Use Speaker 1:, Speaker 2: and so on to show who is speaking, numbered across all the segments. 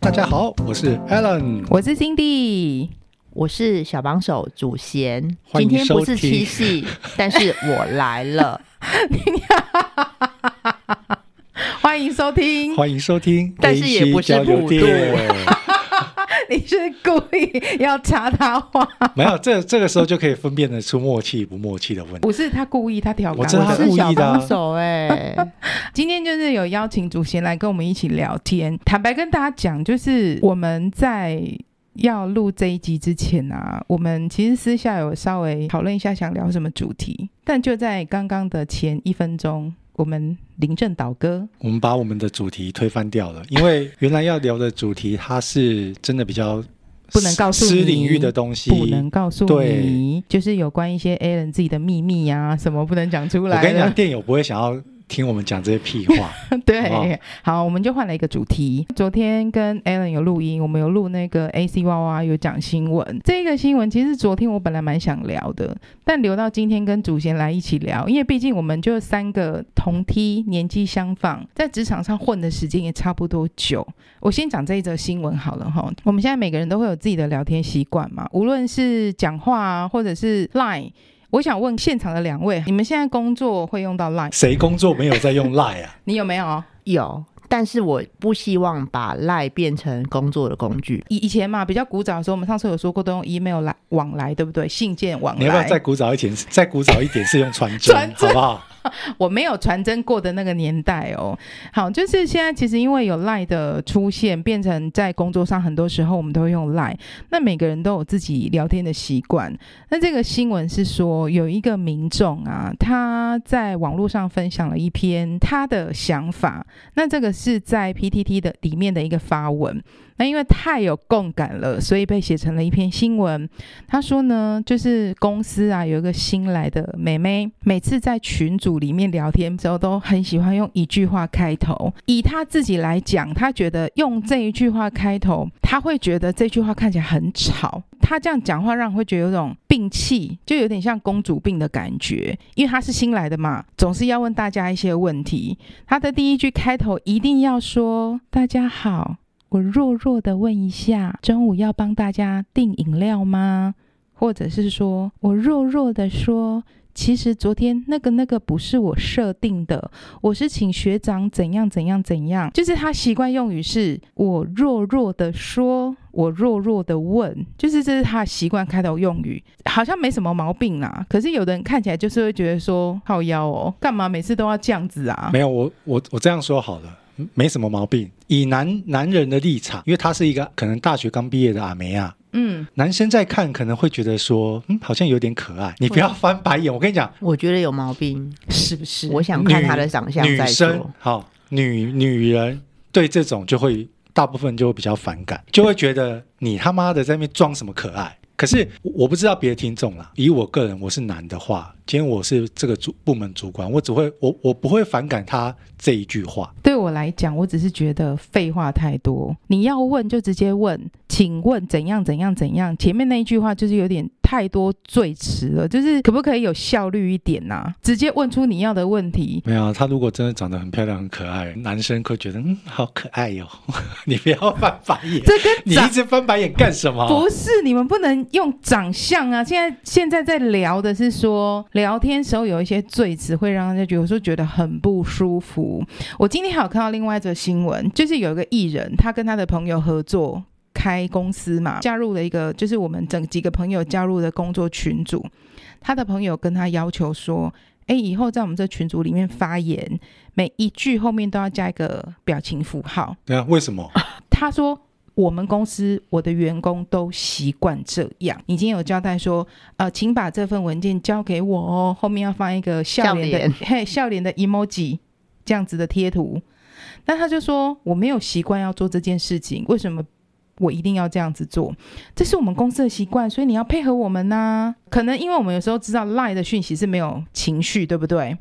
Speaker 1: 大家好，我是 Alan，
Speaker 2: 我是 Cindy，我是小帮手祖贤。
Speaker 1: 欢
Speaker 2: 今
Speaker 1: 迎
Speaker 2: 天
Speaker 1: 收
Speaker 2: 不是七夕，但是我来了。欢迎收听，
Speaker 1: 欢迎收听
Speaker 2: 但是也不是
Speaker 1: AC 交流
Speaker 2: 普
Speaker 1: 电。
Speaker 2: 你是故意要插他话？
Speaker 1: 没有，这这个时候就可以分辨得出默契不默契的 问题。
Speaker 3: 不是他故意，他 调
Speaker 1: 我
Speaker 3: 侃
Speaker 1: 知道他
Speaker 2: 是
Speaker 1: 故
Speaker 2: 小
Speaker 1: 意的啊
Speaker 2: 帮手哎、
Speaker 3: 今天就是有邀请祖贤来跟我们一起聊天。坦白跟大家讲，就是我们在要录这一集之前啊，我们其实私下有稍微讨论一下想聊什么主题，但就在刚刚的前一分钟，我们临阵倒戈。
Speaker 1: 我们把我们的主题推翻掉了，因为原来要聊的主题，它是真的比较
Speaker 3: 不能告诉
Speaker 1: 私
Speaker 3: 你
Speaker 1: 私领域的东西。
Speaker 3: 不能告诉
Speaker 1: 对
Speaker 3: 你，就是有关一些 a l n 自己的秘密啊，什么不能讲出
Speaker 1: 我
Speaker 3: 来
Speaker 1: 跟你
Speaker 3: 的
Speaker 1: 讲，。电友不会想要听我们讲这些屁 话。
Speaker 3: 对，
Speaker 1: 好不
Speaker 3: 好，我们就换了一个主题。昨天跟 Alan 有录音，我们有录那个 AC 娃娃有讲新闻。这个新闻其实昨天我本来蛮想聊的，但留到今天跟祖贤来一起聊，因为毕竟我们就三个同梯，年纪相仿，在职场上混的时间也差不多久。我先讲这一则新闻好了哈。我们现在每个人都会有自己的聊天习惯嘛，无论是讲话啊，或者是 Line。我想问现场的两位，你们现在工作会用到 Line，
Speaker 1: 谁工作没有在用 Line 啊？
Speaker 3: 你有没有？
Speaker 2: 有，但是我不希望把赖变成工作的工具。
Speaker 3: 以以前嘛，比较古早的时候，我们上次有说过都用 email 来往来，对不对？信件往
Speaker 1: 你要不要
Speaker 3: 来，
Speaker 1: 再古早一点？再古早一点是用传真，
Speaker 3: 传
Speaker 1: 好
Speaker 3: 真
Speaker 1: 不好？
Speaker 3: 我没有传真过的那个年代哦。好，就是现在其实因为有 line 的出现，变成在工作上很多时候我们都会用 line。那每个人都有自己聊天的习惯。那这个新闻是说，有一个民众啊，他在网络上分享了一篇他的想法。那这个是在 PTT 的里面的一个发文。那因为太有共感了，所以被写成了一篇新闻。他说呢，就是公司啊有一个新来的妹妹，每次在群组里面聊天之后，都很喜欢用一句话开头。以他自己来讲，他觉得用这一句话开头，他会觉得这句话看起来很吵。他这样讲话让人会觉得有种病气，就有点像公主病的感觉，因为他是新来的嘛，总是要问大家一些问题。他的第一句开头一定要说：“大家好，我弱弱的问一下，中午要帮大家订饮料吗？或者是说我弱弱的说，其实昨天那个那个不是我设定的，我是请学长怎样怎样怎样。就是他习惯用语是我弱弱的说，我弱弱的问，就是这是他的习惯开头用语，好像没什么毛病啦。可是有的人看起来就是会觉得说，好妖哦，干嘛每次都要这样子啊？
Speaker 1: 没有，我我我这样说好了，嗯没什么毛病。以男男人的立场，因为他是一个可能大学刚毕业的阿梅亚，
Speaker 3: 嗯，
Speaker 1: 男生在看可能会觉得说，嗯，好像有点可爱。你不
Speaker 2: 嗯
Speaker 1: 要翻白眼，我跟你讲，
Speaker 2: 我觉得有毛病，
Speaker 3: 是不是？
Speaker 2: 我想看他的长相
Speaker 1: 女
Speaker 2: 再
Speaker 1: 生
Speaker 2: 说。
Speaker 1: 好、女女人对这种就会大部分就会比较反感，就会觉得你他妈的在那边装什么可爱。可是我我不知道别的听众啦，以我个人我是男的话，今天我是这个主部门主管，我只会我我不会反感他这一句话。
Speaker 3: 对我来讲，我只是觉得废话太多。你要问就直接问，请问怎样怎样怎样？前面那一句话就是有点太多赘词了，就是可不可以有效率一点呐、直接问出你要的问题。
Speaker 1: 没有啊，她如果真的长得很漂亮、很可爱，男生会觉得嗯，好可爱哟、 你不要翻白眼，
Speaker 3: 这跟
Speaker 1: 你
Speaker 3: 长
Speaker 1: 一直翻白眼干什么？
Speaker 3: 不是，你们不能用长相啊！现在现在在聊的是说，聊天时候有一些赘词会让人家有时候觉得很不舒服。我今天还有看到另外一则新闻，就是有一个艺人，他跟他的朋友合作。开公司嘛，加入了一个就是我们整几个朋友加入的工作群组，他的朋友跟他要求说，哎，以后在我们这群组里面发言，每一句后面都要加一个表情符号，
Speaker 1: 对啊，为什么？
Speaker 3: 他说。我们公司我的员工都习惯这样，已经有交代说，呃，请把这份文件交给我哦，后面要放一个笑脸
Speaker 2: 笑
Speaker 3: 的
Speaker 2: 脸
Speaker 3: 嘿笑脸的 emoji 这样子的贴图。那他就说我没有习惯要做这件事情，为什么我一定要这样子做？这是我们公司的习惯，所以你要配合我们呐、可能因为我们有时候知道 lie 的讯息是没有情绪，对不对？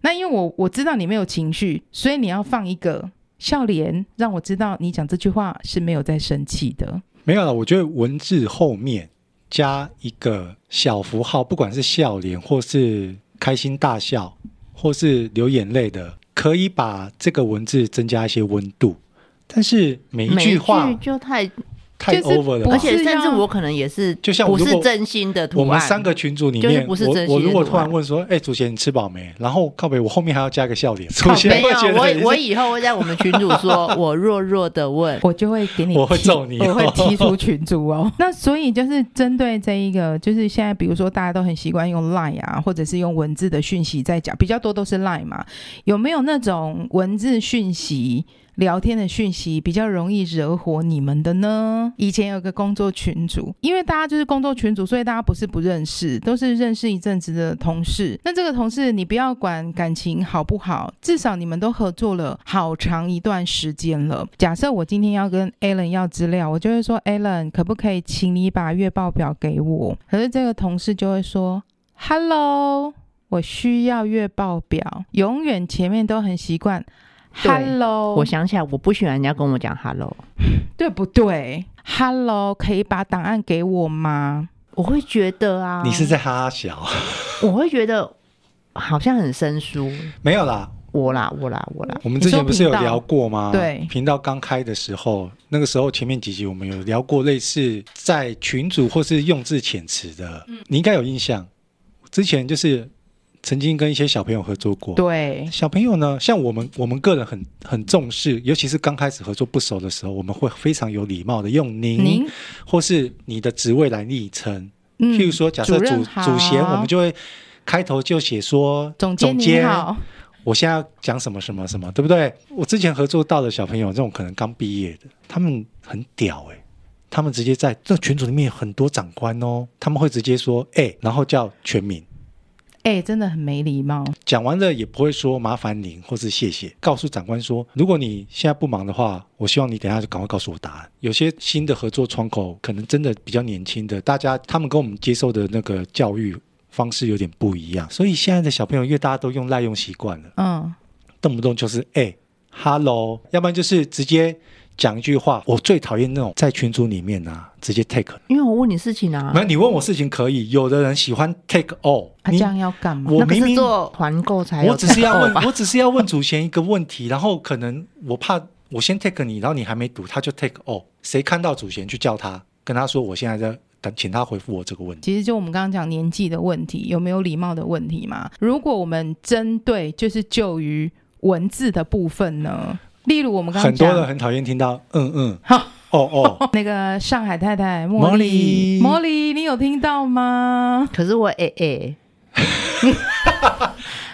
Speaker 3: 那因为我我知道你没有情绪，所以你要放一个笑脸，让我知道你讲这句话是没有在生气的。
Speaker 1: 没有了，我觉得文字后面加一个小符号，不管是笑脸，或是开心大笑，或是流眼泪的，可以把这个文字增加一些温度。但是每一句话
Speaker 2: 每一句就太，
Speaker 1: 太
Speaker 3: 就是
Speaker 1: over 了吧
Speaker 2: 而且甚至
Speaker 3: 要
Speaker 2: 我可能也是，
Speaker 1: 就像
Speaker 2: 不
Speaker 1: 我如
Speaker 2: 是
Speaker 1: 果
Speaker 2: 真心的图
Speaker 1: 我
Speaker 2: 案。
Speaker 1: 们三个群组里
Speaker 2: 就是
Speaker 1: 面，
Speaker 2: 不是
Speaker 1: 我
Speaker 2: 真心
Speaker 1: 我
Speaker 2: 的
Speaker 1: 如果
Speaker 2: 图
Speaker 1: 突然
Speaker 2: 案
Speaker 1: 问说：“哎、主持人你吃饱没？”然后靠北，我后面还要加个笑脸，
Speaker 2: 哦
Speaker 1: 主持人
Speaker 2: 没
Speaker 1: 会觉得
Speaker 2: 有，
Speaker 1: 你
Speaker 2: 我我
Speaker 1: 是
Speaker 2: 以后会在我们群主说，我弱弱 的问，
Speaker 3: 我就会给你踢，
Speaker 1: 我会揍你哦
Speaker 3: 我会踢出群 组哦。那所以就是针对这一个，就是现在比如说大家都很习惯用 Line 啊，或者是用文字的讯息在讲，比较多都是 Line 嘛。有没有那种文字讯息？聊天的讯息比较容易惹火你们的呢？以前有个工作群组，因为大家就是工作群组，所以大家不是不认识，都是认识一阵子的同事。那这个同事，你不要管感情好不好，至少你们都合作了好长一段时间了。假设我今天要跟 Alan 要资料，我就会说 Alan，可不可以请你把月报表给我？可是这个同事就会说 Hello。我需要月报表，永远前面都很习惯。
Speaker 2: 对
Speaker 3: Hello，
Speaker 2: 我想起来，我不喜欢人家跟我讲 hello，
Speaker 3: 对不对？Hello，可以把档案给我吗？
Speaker 2: 我会觉得啊，
Speaker 1: 你是在哈小，
Speaker 2: 我会觉得好像很生疏。
Speaker 1: 没有啦。
Speaker 2: 我啦，我啦，我啦，
Speaker 1: 我们之前不是有聊过吗？
Speaker 3: 你说频道对
Speaker 1: 频道刚开的时候，那个时候前面几集我们有聊过类似在群组或是用字遣词的，你应该有印象。之前就是曾经跟一些小朋友合作过，
Speaker 3: 对，
Speaker 1: 小朋友呢，像我们我们个人很很重视，尤其是刚开始合作不熟的时候，我们会非常有礼貌的用您
Speaker 3: 您，
Speaker 1: 或是你的职位来昵称。
Speaker 3: 嗯
Speaker 1: 譬如说，假设主
Speaker 3: 主任
Speaker 1: 主
Speaker 3: 好
Speaker 1: 衔，我们就会开头就写说
Speaker 3: 总监你好，
Speaker 1: 我现在要讲什么什么什么，对不对？我之前合作到的小朋友，这种可能刚毕业的，他们很屌哎、他们直接在这群组里面有很多长官哦，他们会直接说哎、然后叫全名。
Speaker 3: 哎、真的很没礼貌。
Speaker 1: 讲完了也不会说麻烦您或是谢谢，告诉长官说，如果你现在不忙的话，我希望你等一下就赶快告诉我答案。有些新的合作窗口可能真的比较年轻的，大家他们跟我们接受的那个教育方式有点不一样，所以现在的小朋友越大家都用滥用习惯了，
Speaker 3: 嗯，
Speaker 1: 动不动就是哎、hello，要不然就是直接讲一句话。我最讨厌那种在群组里面啊直接 take，
Speaker 2: 因为我问你事情啊
Speaker 1: 没，有你问我事情可以，有的人喜欢 take all，
Speaker 3: 啊，这
Speaker 1: 你
Speaker 3: 样要干嘛？
Speaker 1: 我
Speaker 2: 那个
Speaker 1: 明
Speaker 2: 是
Speaker 1: 明
Speaker 2: 做团购才有
Speaker 1: 我只是要
Speaker 2: 团购吧
Speaker 1: 问，我只是要问主持人一个问题，然后可能我怕我先 take 你，然后你还没读，他就 take 哦，谁看到主持人去叫他，跟他说我现在在等，请他回复我这个问题。
Speaker 3: 其实就我们刚刚讲年纪的问题，有没有礼貌的问题嘛？如果我们针对就是就于文字的部分呢，例如我们刚刚
Speaker 1: 很多
Speaker 3: 讲
Speaker 1: 人很讨厌听到嗯嗯，
Speaker 3: 好
Speaker 1: 哦 哦，
Speaker 3: 那个上海太太茉
Speaker 1: 茉
Speaker 3: 莉，
Speaker 1: 莉
Speaker 3: 茉莉，你有听到吗？
Speaker 2: 可是我哎哎，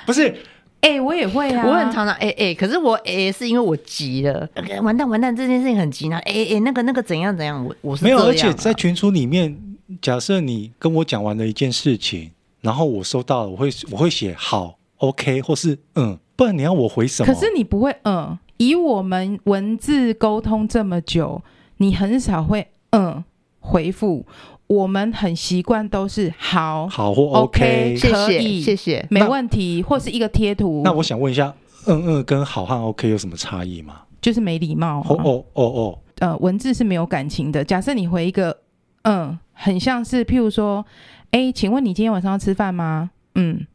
Speaker 1: 不是
Speaker 3: 哎、我也会啊，
Speaker 2: 我很常常哎哎，可是我哎哎是因为我急了，呃完蛋完蛋，这件事情很急呢，哎哎那个那个怎样怎样，我我是
Speaker 1: 没有，
Speaker 2: 这
Speaker 1: 而
Speaker 2: 样
Speaker 1: 且
Speaker 2: 啊
Speaker 1: 在群组里面，假设你跟我讲完了一件事情，然后我收到了，我会我会写好 OK 或是嗯，不然你要我回什么？
Speaker 3: 可是你不会嗯，以我们文字沟通这么久，你很少会嗯回复。我们很习惯都是好，
Speaker 1: 好或
Speaker 3: OK
Speaker 2: 谢
Speaker 3: 可
Speaker 2: 谢
Speaker 3: 以
Speaker 2: 谢谢，
Speaker 3: 没问题，或是一个贴图，
Speaker 1: 那我想问一下，嗯嗯跟好和 OK 有什么差异吗？
Speaker 3: 就是没礼貌啊、
Speaker 1: 哦哦哦哦，
Speaker 3: 呃，文字是没有感情的。假设你回一个嗯，很像是譬如说，哎，请问你今天晚上要吃饭吗？嗯，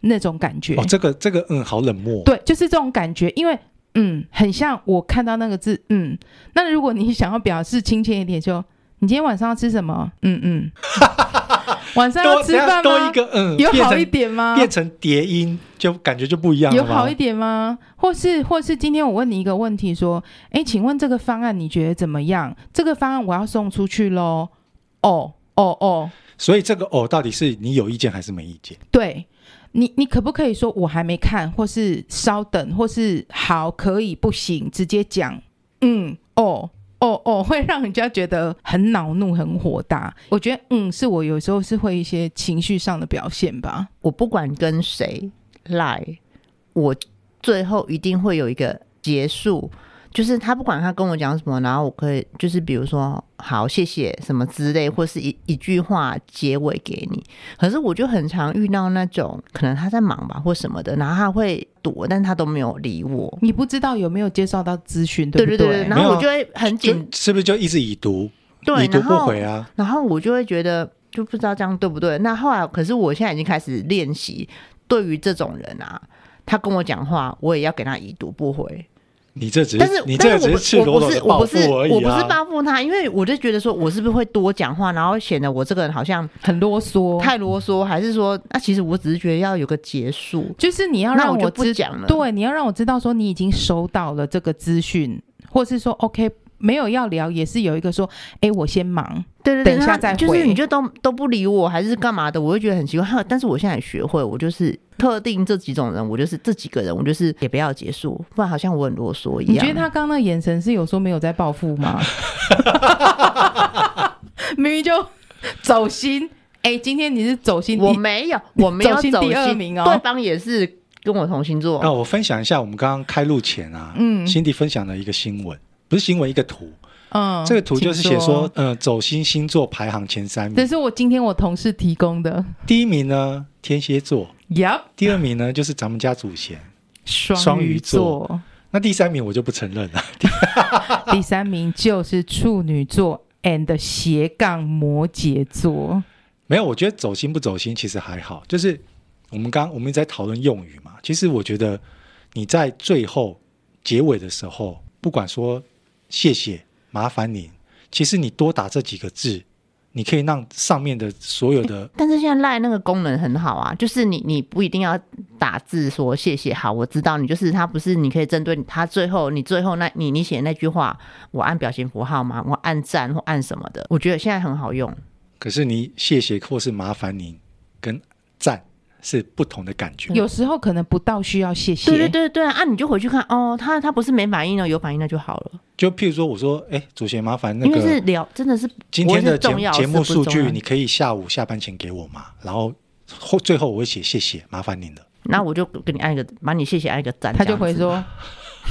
Speaker 3: 那种感觉。
Speaker 1: 哦，这个这个嗯，好冷漠。
Speaker 3: 对，就是这种感觉，因为嗯，很像我看到那个字，嗯。那如果你想要表示亲切一点就，你今天晚上要吃什么？嗯嗯，晚上要
Speaker 1: 多
Speaker 3: 吃
Speaker 1: 等下
Speaker 3: 饭
Speaker 1: 多一
Speaker 3: 吗？
Speaker 1: 个嗯，
Speaker 3: 有
Speaker 1: 变
Speaker 3: 好
Speaker 1: 成
Speaker 3: 一点吗？
Speaker 1: 变成叠音，就感觉就不一样了
Speaker 3: 有
Speaker 1: 吗
Speaker 3: 好一点吗？或是或是今天我问你一个问题，说，哎，请问这个方案你觉得怎么样？这个方案我要送出去喽。哦哦哦，
Speaker 1: 所以这个哦，到底是你有意见还是没意见？
Speaker 3: 对你，你可不可以说我还没看，或是稍等，或是好可以不行，直接讲，嗯，哦。哦哦，会让人家觉得很恼怒、很火大。我觉得，嗯，是我有时候是会一些情绪上的表现吧。
Speaker 2: 我不管跟谁赖，我最后一定会有一个结束。就是他不管他跟我讲什么，然后我可以就是比如说好谢谢什么之类，或是一一句话结尾给你。可是我就很常遇到那种可能他在忙吧或什么的，然后他会躲，但他都没有理我。
Speaker 3: 你不知道有没有接受到资讯，不
Speaker 2: 对
Speaker 3: 对
Speaker 2: 对，然后我就会很
Speaker 1: 就
Speaker 2: 紧，
Speaker 1: 是不是就一直已读，
Speaker 2: 对，
Speaker 1: 已读
Speaker 2: 然
Speaker 1: 不
Speaker 2: 后
Speaker 1: 回啊？
Speaker 2: 然后我就会觉得就不知道这样对不对。那后来，可是我现在已经开始练习，对于这种人啊，他跟我讲话，我也要给他已读不回。
Speaker 1: 你这只
Speaker 2: 但是，
Speaker 1: 你这
Speaker 2: 但是
Speaker 1: 只
Speaker 2: 我
Speaker 1: 赤裸
Speaker 2: 不
Speaker 1: 裸
Speaker 2: 是
Speaker 1: 的
Speaker 2: 我
Speaker 1: 报
Speaker 2: 不是
Speaker 1: 复
Speaker 2: 我
Speaker 1: 而
Speaker 2: 不是
Speaker 1: 已
Speaker 2: 我不是
Speaker 1: 啊！
Speaker 2: 报复他，因为我就觉得说我是不是会多讲话，然后显得我这个人好像
Speaker 3: 很啰嗦。
Speaker 2: 太啰嗦，还是说，那、其实我只是觉得要有个结束，
Speaker 3: 就是你要
Speaker 2: 那
Speaker 3: 让
Speaker 2: 我就不
Speaker 3: 知
Speaker 2: 讲了。
Speaker 3: 对，你要让我知道说你已经收到了这个资讯，或是说 OK 没有要聊，也是有一个说，哎，我先忙，
Speaker 2: 对对对，
Speaker 3: 等一下
Speaker 2: 那
Speaker 3: 再
Speaker 2: 就
Speaker 3: 回
Speaker 2: 是你就都都不理我，还是干嘛的，我就觉得很奇怪。还有，但是我现在也学会，我就是特定这几种人，我就是这几个人，我就是也不要结束，不然好像我很啰嗦一样。
Speaker 3: 你觉得他刚刚的眼神是有说没有在报 复吗？明明就走心，哎、今天你是走心，
Speaker 2: 我
Speaker 3: 你
Speaker 2: 没有，我没有
Speaker 3: 走心
Speaker 2: 走
Speaker 3: 第二
Speaker 2: 心
Speaker 3: 名哦哦
Speaker 2: 对方也是跟我同星座，
Speaker 1: 那我分享一下我们刚刚开录前啊，
Speaker 3: 嗯
Speaker 1: 辛迪分享的一个新闻，不是新闻，一个图。
Speaker 2: 哦
Speaker 3: 嗯，
Speaker 1: 这个图就是写
Speaker 3: 请
Speaker 1: 说，，嗯呃，走星星座排行前三
Speaker 3: 这
Speaker 1: 名，
Speaker 3: 是我今天我同事提供的
Speaker 1: 第一名呢天蝎座，
Speaker 3: ，Yep，
Speaker 1: 第二名呢就是咱们家祖先，
Speaker 3: 双
Speaker 1: 双
Speaker 3: 鱼
Speaker 1: 鱼
Speaker 3: 座
Speaker 1: 座，那第三名我就不承认了。
Speaker 3: 第三名就是处女座 and 斜杠摩羯座。
Speaker 1: 没有，我觉得走心不走心其实还好，就是我们刚我们一直在讨论用语嘛，其实我觉得你在最后结尾的时候，不管说谢谢、麻烦您，其实你多打这几个字，你可以让上面的所有的
Speaker 2: 但是现在赖那个功能很好啊，就是你你不一定要打字说谢谢好，我知道你就是他不是你可以针对他最后你最后那你你写的那句话，我按表情符号嘛，我按赞或按什么的，我觉得现在很好用。
Speaker 1: 可是你谢谢或是麻烦您跟赞是不同的感觉。
Speaker 3: 有时候可能不到需要谢谢，
Speaker 2: 对对对对啊，你就回去看哦，他他不是没反应哦，有反应那就好了，
Speaker 1: 就譬如说，我说，哎，主席麻烦那
Speaker 2: 因为是
Speaker 1: 个
Speaker 2: 聊真的是
Speaker 1: 今天的节
Speaker 2: 不是重要
Speaker 1: 节目数
Speaker 2: 是不
Speaker 1: 据，
Speaker 2: 重要
Speaker 1: 你可以下午下班前给我吗？然后后最后我会写谢谢，麻烦您了。
Speaker 2: 那我就给你按一个，把你谢谢按一个赞，
Speaker 3: 他就
Speaker 2: 这
Speaker 3: 会
Speaker 2: 样子
Speaker 3: 说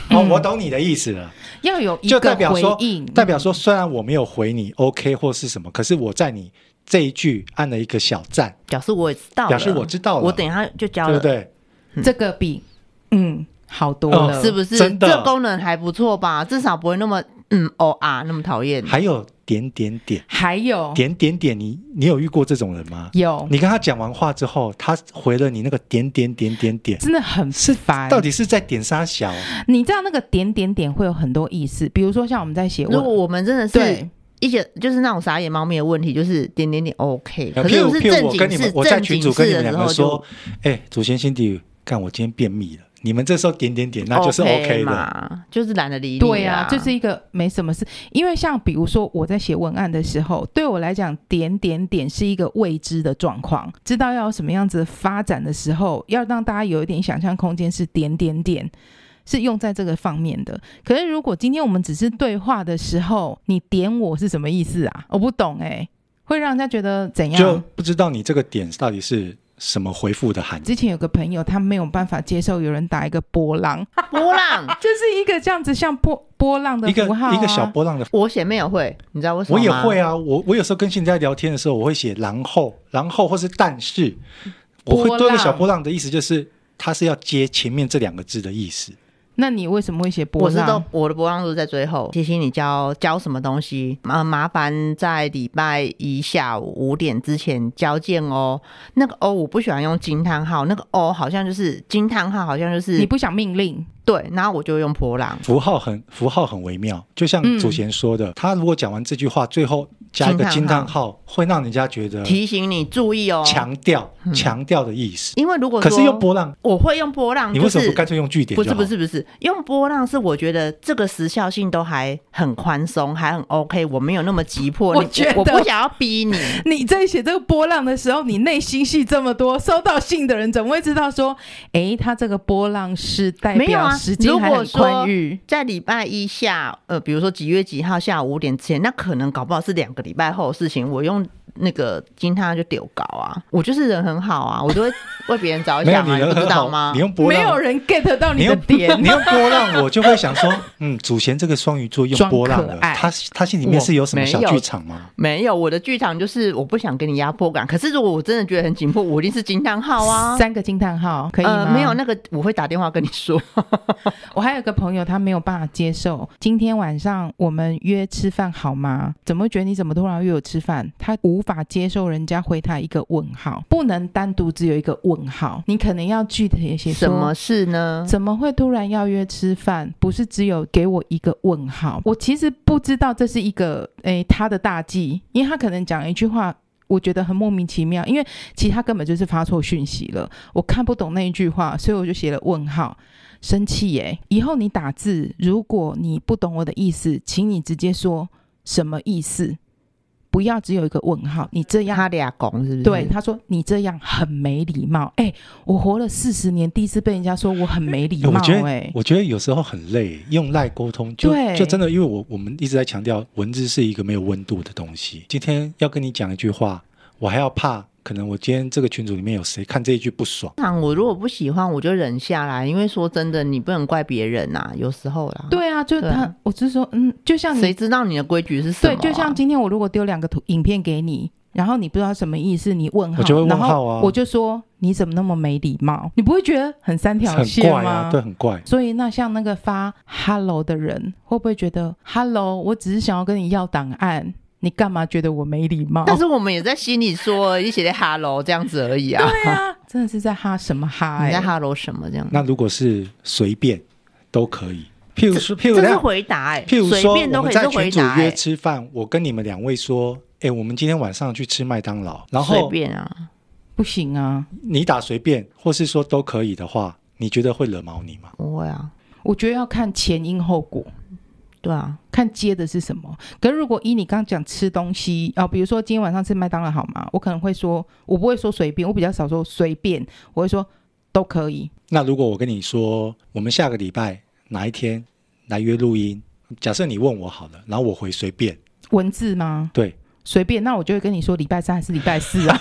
Speaker 2: 嗯
Speaker 1: 哦，我懂你的意思了，
Speaker 3: 要有一
Speaker 1: 就
Speaker 3: 个
Speaker 1: 代表
Speaker 3: 回
Speaker 1: 说
Speaker 3: 应，，
Speaker 1: 代表说，虽然我没有回你 OK 或是什么，可是我在你这一句按了一个小赞，
Speaker 2: 表示我也知道了，
Speaker 1: 表示我知道了，
Speaker 2: 我等一下就交
Speaker 1: 对
Speaker 2: 了
Speaker 1: 不。对？
Speaker 3: 这个比嗯好多了，
Speaker 1: 嗯
Speaker 2: 是不是？
Speaker 1: 真的
Speaker 2: 这功能还不错吧？至少不会那么嗯哦啊那么讨厌。
Speaker 1: 还有点点点
Speaker 3: 还
Speaker 2: 哦
Speaker 3: 有
Speaker 1: 点点点，你你有遇过这种人吗？
Speaker 3: 有，
Speaker 1: 你跟他讲完话之后，他回了你那个点点点点点，
Speaker 3: 真的很
Speaker 1: 是
Speaker 2: 哎
Speaker 3: 烦。
Speaker 1: 到底是在点杀小？
Speaker 3: 你知道那个点点点会有很多意思，比如说像我们在写
Speaker 2: 如果
Speaker 3: 我。
Speaker 2: 我们真的是
Speaker 3: 对，
Speaker 2: 一些就是那种傻眼猫咪的问题，就是点点点 OK，可
Speaker 1: 呃譬
Speaker 2: 是
Speaker 1: 如
Speaker 2: 不是
Speaker 1: 譬
Speaker 2: 正
Speaker 1: 如我
Speaker 2: 经
Speaker 1: 跟你们
Speaker 2: 事，，
Speaker 1: 我在
Speaker 2: 正
Speaker 1: 群
Speaker 2: 经
Speaker 1: 主跟你
Speaker 2: 事
Speaker 1: 们
Speaker 2: 的
Speaker 1: 两
Speaker 2: 时
Speaker 1: 个
Speaker 2: 候
Speaker 1: 说
Speaker 2: 就，
Speaker 1: 哎，祖先心底，看我今天便秘了。你们这时候点点点，那就是 OK 的。
Speaker 2: 嘛，就是懒得理你
Speaker 1: 啊
Speaker 2: 啦。
Speaker 3: 对呀、就是一个没什么事，因为像比如说我在写文案的时候，对我来讲，点点点是一个未知的状况，知道要有什么样子的发展的时候，要让大家有一点想象空间，是点点点。是用在这个方面的。可是如果今天我们只是对话的时候，你点我是什么意思啊？我不懂哎、会让人家觉得怎
Speaker 1: 就
Speaker 3: 样？
Speaker 1: 不知道你这个点到底是什么回复的含义。
Speaker 3: 之前有个朋友，他没有办法接受有人打一个 波浪，
Speaker 2: 波浪。
Speaker 3: 就是一个这样子像波波浪的
Speaker 1: 一个
Speaker 3: 符号啊、
Speaker 1: 一个小波浪的，
Speaker 2: 我姐妹也会，你知道为什么
Speaker 1: 我也
Speaker 2: 吗
Speaker 1: 会啊。我我有时候跟现在聊天的时候，我会写然后，然后或是但是，
Speaker 2: 嗯
Speaker 1: 我会
Speaker 3: 波
Speaker 1: 多一个
Speaker 3: 浪
Speaker 1: 小波浪的意思就是。它是要接前面这两个字的意思，
Speaker 3: 那你为什么会写波
Speaker 2: 我
Speaker 1: 啊
Speaker 2: 是都
Speaker 3: 浪？
Speaker 2: 我的波浪都是在最后提醒你交交什么东西，麻麻烦在礼拜一下午五点之前交件哦。那个哦，我不喜欢用惊叹号，那个哦好像就是惊叹号，好像就是
Speaker 3: 你不想命令，
Speaker 2: 对，然后我就用波浪。
Speaker 1: 符号很符号很微妙，就像
Speaker 3: 嗯
Speaker 1: 祖贤说的，他如果讲完这句话，最后加一个
Speaker 2: 惊
Speaker 1: 惊
Speaker 2: 叹号
Speaker 1: 叹号，会让人家觉得
Speaker 2: 提醒你注意哦，
Speaker 1: 呃强调强调的意思。
Speaker 2: 因为如果
Speaker 1: 可是
Speaker 2: 说
Speaker 1: 用波浪，
Speaker 2: 我会用波浪，
Speaker 1: 你
Speaker 2: 就
Speaker 1: 为什么
Speaker 2: 是
Speaker 1: 不干脆用句点？
Speaker 2: 不是不，是不是，用波浪是我觉得这个时效性都还很宽松，还很 OK，我没有那么急迫，
Speaker 3: 我
Speaker 2: 你
Speaker 3: 觉得
Speaker 2: 我不想要逼你，
Speaker 3: 你在写这个波浪的时候，你内心戏这么多，收到信的人怎么会知道说，诶，他这个波浪是代
Speaker 2: 没有
Speaker 3: 表
Speaker 2: 啊
Speaker 3: 时间
Speaker 2: 如
Speaker 3: 还
Speaker 2: 果
Speaker 3: 很
Speaker 2: 说
Speaker 3: 宽裕？
Speaker 2: 在礼拜一下，呃，比如说几月几号下午五点之前，那可能搞不好是两个礼拜后的事情。我用那个惊叹号就丢稿啊，我就是人很好啊，我都会为别人 着
Speaker 1: 没有
Speaker 2: 想
Speaker 1: 你
Speaker 2: 啊，你
Speaker 1: 人
Speaker 2: 不知
Speaker 1: 很
Speaker 2: 道
Speaker 1: 好
Speaker 2: 吗
Speaker 1: 你？用波
Speaker 3: 没有
Speaker 1: 浪，
Speaker 3: 人 get 到
Speaker 1: 你
Speaker 3: 你的
Speaker 1: 用，
Speaker 3: 点
Speaker 1: 你用波浪，我就会想说， 嗯，祖贤这个双鱼座用波浪
Speaker 3: 装
Speaker 1: 的，
Speaker 3: 可爱
Speaker 1: 他他心里面是有什么小
Speaker 2: 我没有
Speaker 1: 剧场吗？
Speaker 2: 没有，我的剧场就是我不想给你压迫感。可是如果我真的觉得很紧迫，我一定是惊叹号啊。
Speaker 3: 三个惊叹号可以吗？
Speaker 2: 呃，没有那个，我会打电话跟你说。
Speaker 3: 我还有个朋友，他没有办法接受。今天晚上我们约吃饭好吗？怎么觉得你怎么突然约我吃饭？他无法接受人家回他一个问号，不能单独只有一个问号，你可能要具体一些
Speaker 2: 什么事呢？
Speaker 3: 怎么会突然要约吃饭？不是只有给我一个问号。我其实不知道这是一个诶他的大忌，因为他可能讲了一句话，我觉得很莫名其妙，因为其实他根本就是发错讯息了，我看不懂那一句话，所以我就写了问号。生气耶、以后你打字，如果你不懂我的意思，请你直接说什么意思，不要只有一个问号。你这样
Speaker 2: 他俩拱是不是？
Speaker 3: 对，他说你这样很没礼貌。哎、我活了四十年，第一次被人家说我很没礼
Speaker 1: 哎
Speaker 3: 貌、
Speaker 1: 我觉得
Speaker 3: 哎，
Speaker 1: 我觉得有时候很累，用赖沟通就
Speaker 3: 对
Speaker 1: 就真的，因为我我们一直在强调，文字是一个没有温度的东西。今天要跟你讲一句话，我还要怕，可能我今天这个群组里面有谁看这一句不爽，
Speaker 2: 通常我如果不喜欢，我就忍下来，因为说真的，你不能怪别人呐、有时候啦。，
Speaker 3: 对啊，就
Speaker 2: 对啊
Speaker 3: 他，我是说，嗯，就像
Speaker 2: 谁
Speaker 3: 你
Speaker 2: 知道你的规矩是什么
Speaker 3: 对
Speaker 2: 啊、，
Speaker 3: 就像今天我如果丢两个图影片给你，然后你不知道什么意思，你问号，
Speaker 1: 我就会问
Speaker 3: 然后
Speaker 1: 号啊
Speaker 3: 我就说你怎么那么没礼貌？你不会觉得很三条
Speaker 1: 很
Speaker 3: 线
Speaker 1: 怪
Speaker 3: 吗？
Speaker 1: 啊，对，很怪。
Speaker 3: 所以，那像那个发 “hello” 的人，会不会觉得 “hello”？我只是想要跟你要档案，你干嘛觉得我没礼貌？
Speaker 2: 但是我们也在心里说，一起在哈喽这样子而已啊。
Speaker 3: 对啊， 真的是在哈什么哈、欸？
Speaker 2: 你在哈喽什么这样？
Speaker 1: 哎嗯那如果是随便都可以，譬如说，譬如
Speaker 2: 这是
Speaker 1: 等下
Speaker 2: 回答哎、
Speaker 1: 譬如
Speaker 2: 随
Speaker 1: 说，
Speaker 2: 便都
Speaker 1: 我
Speaker 2: 可
Speaker 1: 们
Speaker 2: 以
Speaker 1: 在
Speaker 2: 是
Speaker 1: 群
Speaker 2: 回
Speaker 1: 组
Speaker 2: 答、
Speaker 1: 约
Speaker 2: 欸，
Speaker 1: 吃饭，我跟你们两位说，哎，我们今天晚上去吃麦当劳，然
Speaker 2: 随
Speaker 1: 后
Speaker 2: 便啊。
Speaker 3: 不行啊！
Speaker 1: 你打随便，或是说都可以的话，你觉得会惹毛你吗？
Speaker 2: 不会啊，
Speaker 3: 我觉得要看前因后果，
Speaker 2: 对啊，
Speaker 3: 看接的是什么。可是如果以你刚刚讲吃东西啊、比如说今天晚上吃麦当劳好吗？我可能会说，我不会说随便，我比较少说随便，我会说都可以。
Speaker 1: 那如果我跟你说，我们下个礼拜哪一天来约录音？假设你问我好了，然后我回随便，
Speaker 3: 文字吗？
Speaker 1: 对，
Speaker 3: 随便，那我就会跟你说礼拜三还是礼拜四啊？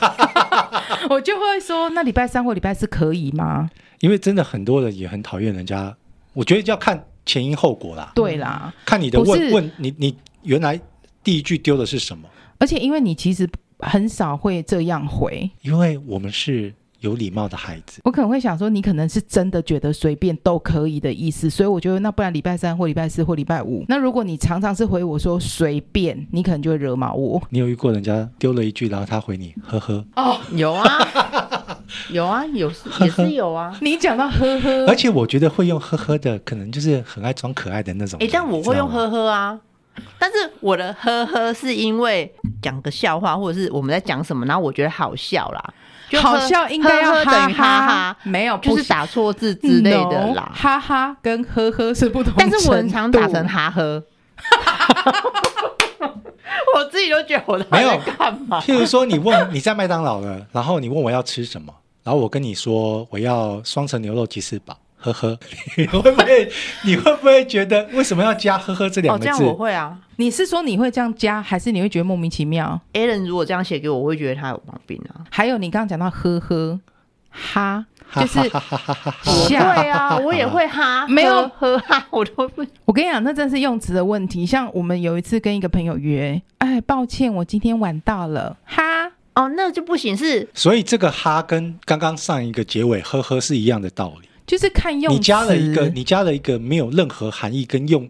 Speaker 3: 我就会说，那礼拜三或礼拜四可以吗？
Speaker 1: 因为真的很多人也很讨厌人家，我觉得要看前因后果啦，
Speaker 3: 对啦，
Speaker 1: 看你的
Speaker 3: 不
Speaker 1: 问
Speaker 3: 是
Speaker 1: 问你你原来第一句丢的是什么？
Speaker 3: 而且因为你其实很少会这样回，
Speaker 1: 因为我们是有礼貌的孩子，
Speaker 3: 我可能会想说，你可能是真的觉得随便都可以的意思，所以我觉得那不然礼拜三或礼拜四或礼拜五。那如果你常常是回我说随便，你可能就会惹毛我。
Speaker 1: 你有遇过人家丢了一句，然后他回你呵呵，
Speaker 2: 有啊， 有啊，有是也是有啊。
Speaker 3: 你讲到呵
Speaker 2: 呃
Speaker 3: 呵，
Speaker 1: 而且我觉得会用呵呵的，可能就是很爱装可爱的那种
Speaker 2: 哎、
Speaker 1: 人。
Speaker 2: 但我会用
Speaker 1: 你知道吗，
Speaker 2: 呵呵啊。但是我的呵呵是因为讲个笑话，或者是我们在讲什么，然后我觉得好笑啦，就呵
Speaker 3: 好笑应该要
Speaker 2: 呵
Speaker 3: 哈
Speaker 2: 呵等于哈
Speaker 3: 哈
Speaker 2: 哈，，
Speaker 3: 没有
Speaker 2: 就是打错字之类的
Speaker 3: No，
Speaker 2: 啦。
Speaker 3: 哈哈跟呵呵是不同程
Speaker 2: 但
Speaker 3: 度，
Speaker 2: 是我很常打成哈呵， 我自己都觉得我
Speaker 1: 没
Speaker 2: 在
Speaker 1: 有
Speaker 2: 干嘛？
Speaker 1: 譬如说，你问你在麦当劳了， 然后你问我要吃什么，然后我跟你说我要双层牛肉鸡翅堡，呵呵， 你会不会你会不会觉得为什么要加呵呵这两
Speaker 2: 哦，
Speaker 1: 个
Speaker 2: 这样
Speaker 1: 字？
Speaker 2: 我会啊。
Speaker 3: 你是说你会这样加，还是你会觉得莫名其妙？
Speaker 2: Alan 如果这样写给我，我会觉得他有毛病啊。
Speaker 3: 还有你刚刚讲到呵呵哈，
Speaker 1: 哈
Speaker 3: 就是
Speaker 1: 哈哈哈哈哈！
Speaker 2: 我
Speaker 3: 吓
Speaker 2: 会啊，我也会哈，
Speaker 3: 没有
Speaker 2: 呵呵哈，我都 会。
Speaker 3: 我跟你讲，那真是用词的问题。像我们有一次跟一个朋友约，哎，抱歉，我今天晚到了，哈，
Speaker 2: 哦，那就不行，是
Speaker 1: 所以这个哈跟刚刚上一个结尾呵呵是一样的道理。
Speaker 3: 就是看用词。
Speaker 1: 你加了一个，你加了一个没有任何含义跟用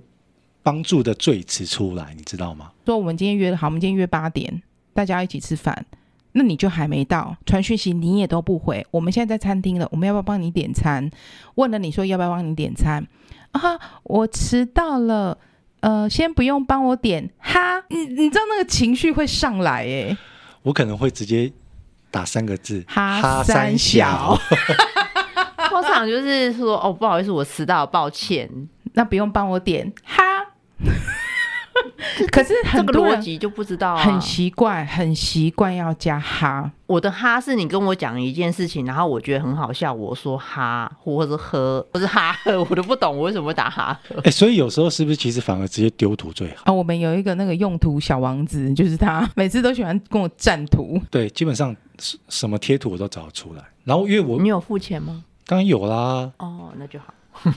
Speaker 1: 帮助的罪词出来，你知道吗？
Speaker 3: 说我们今天约好，我们今天约八点，大家一起吃饭。那你就还没到，传讯息你也都不回。我们现在在餐厅了，我们要不要帮你点餐？问了你说要不要帮你点餐啊？我迟到了，呃，先不用帮我点哈。你你知道那个情绪会上来哎、
Speaker 1: 我可能会直接打三个字：
Speaker 3: 哈
Speaker 1: 三
Speaker 3: 三小。
Speaker 2: 通常就是说，哦，不好意思，我迟到，抱歉。
Speaker 3: 那不用帮我点哈。 可是
Speaker 2: 这
Speaker 3: 很
Speaker 2: 个
Speaker 3: 多
Speaker 2: 逻
Speaker 3: 人
Speaker 2: 辑就不知道啊
Speaker 3: 很。习惯，很习惯要加哈。
Speaker 2: 我的哈是你跟我讲一件事情，然后我觉得很好笑，我说哈，或者是呵，不是哈呵，我都不懂我为什么会打哈呵。
Speaker 1: 哎、所以有时候是不是其实反而直接丢图最好？
Speaker 3: 啊，我们有一个那个用途小王子，就是他 每次都喜欢跟我占图。
Speaker 1: 对，基本上什什么贴图我都找得出来。然后因为我
Speaker 2: 你有付钱吗？，
Speaker 1: 当然有啦
Speaker 2: 哦，那就好。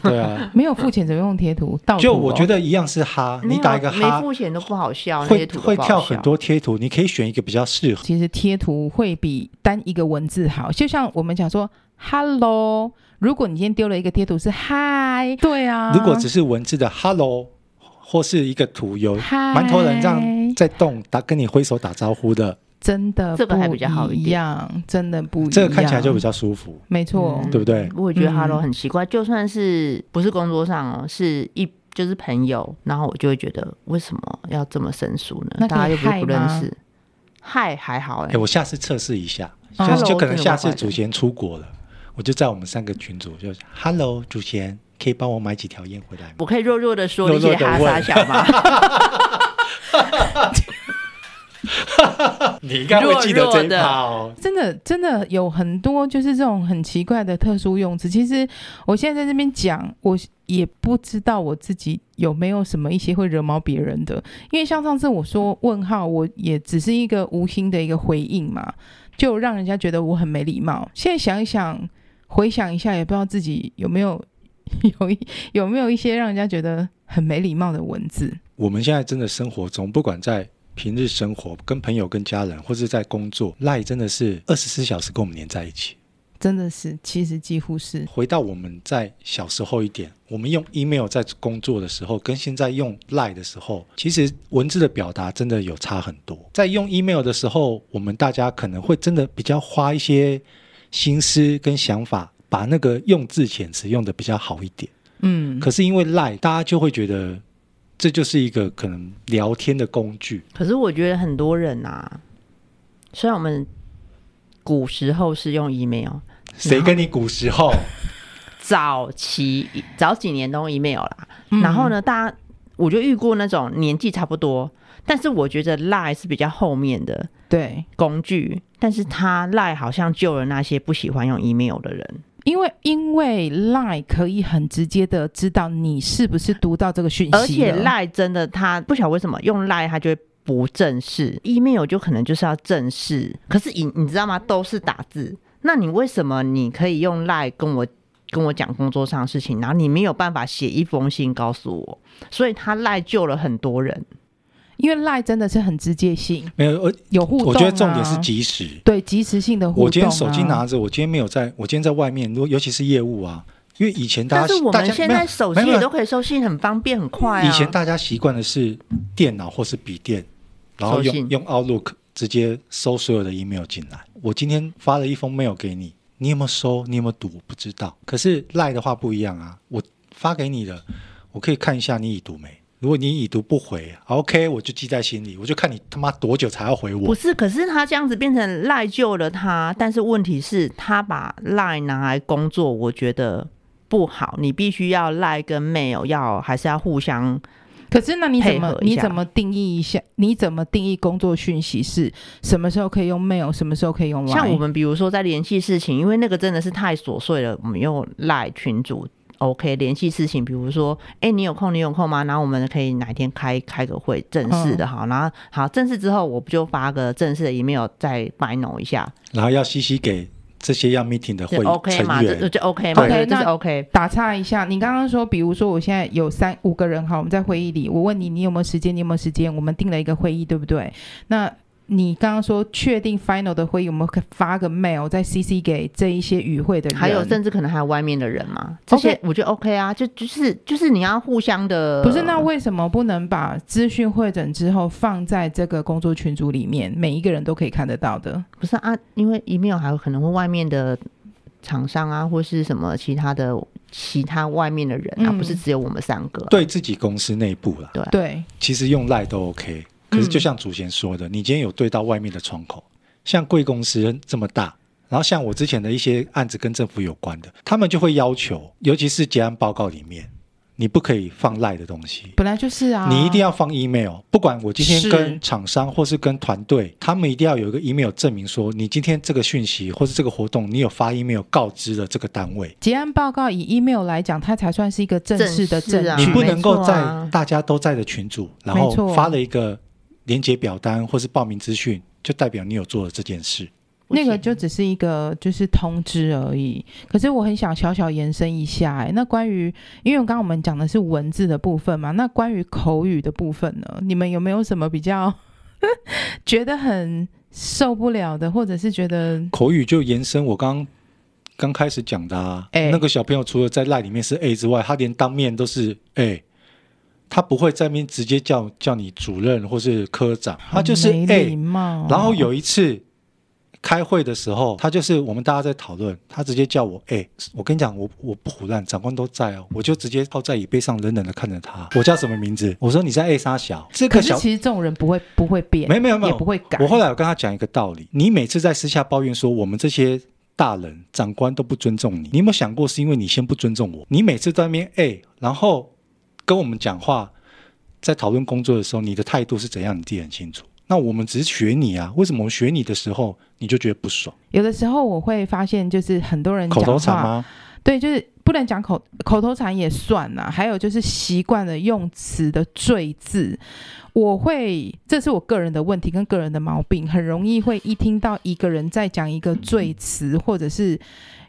Speaker 1: 对啊，
Speaker 3: 没有付钱怎么用贴图？盗图哦
Speaker 1: 就我觉
Speaker 3: 得
Speaker 1: 得一样是哈，
Speaker 2: 哦
Speaker 1: 啊
Speaker 2: 没
Speaker 1: 你
Speaker 2: 有
Speaker 1: 打一个
Speaker 2: 没
Speaker 1: 哈，
Speaker 2: 付钱都不好笑，那
Speaker 1: 会
Speaker 2: 些图都
Speaker 1: 会
Speaker 2: 不好
Speaker 1: 跳
Speaker 2: 笑
Speaker 1: 很。多贴图，你可以选一个比较适合。
Speaker 3: 其实贴图会比单一个文字好。就像我们讲说 “hello”，如果你今天丢了一个贴图是“嗨”，对啊，
Speaker 1: 如果只是文字的 “hello” 或是一个图有
Speaker 3: 嗨
Speaker 1: 馒头人这样在动打跟你挥手打招呼的，
Speaker 3: 真的
Speaker 2: 这个还
Speaker 3: 不
Speaker 2: 比较好一点
Speaker 3: 样，真的不一样。
Speaker 1: 这个看起来就比较舒服，
Speaker 3: 没错，
Speaker 2: 嗯
Speaker 1: 对不对？
Speaker 2: 我也觉得
Speaker 3: 嗯
Speaker 2: Hello 很奇怪，就算是不是工作上哦，是一就是朋友，然后我就会觉得为什么要这么生疏
Speaker 3: 那可
Speaker 2: 呢？
Speaker 3: 以
Speaker 2: 大家又不是不
Speaker 3: 害
Speaker 2: 认
Speaker 3: 吗
Speaker 2: 识，嗨还好哎、
Speaker 1: 哎、我下次测试一下，
Speaker 3: 嗯
Speaker 1: 就是就
Speaker 2: Hello，
Speaker 1: 可能
Speaker 2: 这个
Speaker 1: 下
Speaker 2: 蛮
Speaker 1: 次
Speaker 2: 快的
Speaker 1: 祖贤出国了，我就在我们三个群组就是 Hello 祖贤，可以帮我买几条烟回来吗？
Speaker 2: 我可以弱弱的说
Speaker 1: 弱
Speaker 2: 你
Speaker 1: 弱
Speaker 2: 些
Speaker 1: 地
Speaker 2: 哈撒
Speaker 1: 问
Speaker 2: 小吗？
Speaker 1: 你应该会记得这一趴哦。
Speaker 3: 真的真的有很多就是这种很奇怪的特殊用词。其实我现在在这边讲，我也不知道我自己有没有什么一些会惹毛别人的，因为像上次我说问号，我也只是一个无心的一个回应嘛，就让人家觉得我很没礼貌。现在想一想，回想一下，也不知道自己有没有 有一有没有一些让人家觉得很没礼貌的文字。
Speaker 1: 我们现在真的生活中，不管在平日生活、跟朋友、跟家人，或是在工作，赖真的是二十四小时跟我们黏在一起。
Speaker 3: 真的是，其实几乎是
Speaker 1: 回到我们在小时候一点，我们用 email 在工作的时候，跟现在用 line 的时候，其实文字的表达真的有差很多。在用 email 的时候，我们大家可能会真的比较花一些心思跟想法，把那个用字遣词用的比较好一点。
Speaker 3: 嗯，
Speaker 1: 可是因为 line，大家就会觉得这就是一个可能聊天的工具。
Speaker 2: 可是我觉得很多人啊，虽然我们古时候是用 email，
Speaker 1: 谁跟你古时 候？
Speaker 2: 早期早几年都用 email 啦，
Speaker 3: 嗯
Speaker 2: 然后呢，大家我就遇过那种年纪差不多，但是我觉得 Line 是比较后面的
Speaker 3: 对，
Speaker 2: 工具，但是他 Line 好像救了那些不喜欢用 email 的人。
Speaker 3: 因为因为 Line 可以很直接的知道你是不是读到这个讯息了，
Speaker 2: 而且赖真的他不晓得为什么用赖他就会不正式，email 就可能就是要正式。可是你你知道吗？都是打字，那你为什么你可以用赖跟我跟我讲工作上的事情，然后你没有办法写一封信告诉我？所以他赖救了很多人。
Speaker 3: 因为 Line 真的是很直接性，
Speaker 1: 没有，我
Speaker 3: 有互动、啊，
Speaker 1: 我觉得重点是及时。
Speaker 3: 对及时性的互动、啊
Speaker 1: 我今天手机
Speaker 2: 啊
Speaker 1: 拿，着，我今天没有在，我今天在外面，如果尤其是业务啊，因为以前大
Speaker 2: 但
Speaker 1: 家
Speaker 2: 是我
Speaker 1: 大
Speaker 2: 们
Speaker 1: 家
Speaker 2: 现
Speaker 1: 没有
Speaker 2: 在手机
Speaker 1: 没有
Speaker 2: 也都可以收信，很方便，很快啊。
Speaker 1: 以前大家习惯的是电脑或是笔电，然后
Speaker 2: 收
Speaker 1: 用
Speaker 2: 信
Speaker 1: 用 Outlook 直接收所有的 email 进来。我今天发了一封 mail 给你，你有没有收？你有没有读？我不知道。可是 Line 的话不一样啊，我发给你的，我可以看一下你已读没。如果你已读不回，OK，我就啊记在心里，我就看你他妈多久才要回
Speaker 2: 不
Speaker 1: 我。
Speaker 2: 是，可是他这样子变成赖救了他，但是问题是，他把赖拿来工作，我觉得不好。你必须要赖跟 mail 要还是要互相，
Speaker 3: 可是那你怎么
Speaker 2: 配合一
Speaker 3: 你
Speaker 2: 下
Speaker 3: 怎么定义一下？你怎么定义工作讯息是什么时候可以用 mail，什么时候可以用 Line？
Speaker 2: 像我们比如说在联系事情，因为那个真的是太琐碎了，我们用赖群组。OK，联系事情，比如说，哎、你有空，你有空吗？然后我们可以哪天开开个会，正式
Speaker 1: 嗯
Speaker 2: 的，好，然后好，正式之后，我不就发个正式的 email 再 final 一下，
Speaker 1: 然后要 CC 给这些要 meeting 的会
Speaker 2: 就 OK 嘛，
Speaker 1: 成员。
Speaker 2: 这就 OK 嘛，
Speaker 3: 对
Speaker 2: 这就是
Speaker 3: 那
Speaker 2: OK。
Speaker 3: 打岔一下，你刚刚说，比如说我现在有三五个人，好，我们在会议里，我问你，你有没有时间？你有没有时间？我们定了一个会议，对不对？那你刚刚说确定 final 的会议，我们可以发个 mail 再 CC 给这一些与会的人，
Speaker 2: 还有甚至可能还有外面的人嘛，这些
Speaker 3: OK
Speaker 2: 我觉得 OK 啊，就就是就是你要互相的，
Speaker 3: 不是，那为什么不能把资讯会诊之后放在这个工作群组里面，每一个人都可以看得到的？
Speaker 2: 不是啊，因为 email 还有可能会外面的厂商啊，或是什么其他的其他外面的人啊，
Speaker 3: 嗯
Speaker 2: 不是只有我们三个啊、啊
Speaker 1: 对自己公司内部啦，
Speaker 3: 对，
Speaker 1: 其实用赖都 OK。可是就像祖贤说的，你今天有对到外面的窗口，像贵公司这么大，然后像我之前的一些案子跟政府有关的，他们就会要求，尤其是结案报告里面，你不可以放赖的东西。
Speaker 3: 本来就是啊，
Speaker 1: 你一定要放 email，不管我今天
Speaker 2: 是
Speaker 1: 跟厂商或是跟团队，他们一定要有一个 email 证明说你今天这个讯息或是这个活动，你有发 email 告知了这个单位。
Speaker 3: 结案报告以 email 来讲，它才算是一个正式的证
Speaker 2: 正式啊
Speaker 1: 你
Speaker 3: 据。
Speaker 1: 不能够
Speaker 2: 没错
Speaker 1: 在
Speaker 2: 啊
Speaker 1: 大家都在的群组，然
Speaker 3: 没
Speaker 1: 后
Speaker 3: 错
Speaker 1: 发了一个连接表单或是报名资讯，就代表你有做了这件事。
Speaker 3: 那
Speaker 2: 不
Speaker 3: 个
Speaker 2: 行
Speaker 3: 就只是一个就是通知而已。可是我很想小小延伸一下、欸，那关于因为刚刚我们讲的是文字的部分嘛，那关于口语的部分呢，你们有没有什么比较 觉得很受不了的，或者是觉得
Speaker 1: 口语就延伸我刚刚开始讲的、啊，
Speaker 3: 哎
Speaker 1: 那个小朋友除了在赖里面是 A 之外，他连当面都是哎、他不会在那边直接叫叫你主任或是科长，他就是
Speaker 3: 没
Speaker 1: 哎、
Speaker 3: 礼貌。
Speaker 1: 然后有一次开会的时候，他就是我们大家在讨论，他直接叫我，哎、我跟你讲，我我不胡乱，长官都在哦，我就直接靠在椅背上冷冷的看着他，我叫什么名字？我说你在 A 沙小，这
Speaker 3: 可
Speaker 1: 个
Speaker 3: 是
Speaker 1: 小。
Speaker 3: 其实这种人不会不会变，
Speaker 1: 没有没有没有
Speaker 3: 也不会改。
Speaker 1: 我后来有跟他讲一个道理，你每次在私下抱怨说我们这些大人长官都不尊重你，你有没有想过是因为你先不尊重我？你每次在那边哎、然后跟我们讲话，在讨论工作的时候，你的态度是怎样，你自己很清楚。那我们只是学你啊，为什么我学你的时候你就觉得不爽？
Speaker 3: 有的时候我会发现，就是很多人
Speaker 1: 口头
Speaker 3: 讲
Speaker 1: 禅
Speaker 3: 话，
Speaker 1: 吗？
Speaker 3: 对，就是不能讲口口头禅也算啦，还有就是习惯了用词的赘字。我会，这是我个人的问题跟个人的毛病，很容易会一听到一个人在讲一个赘词或者是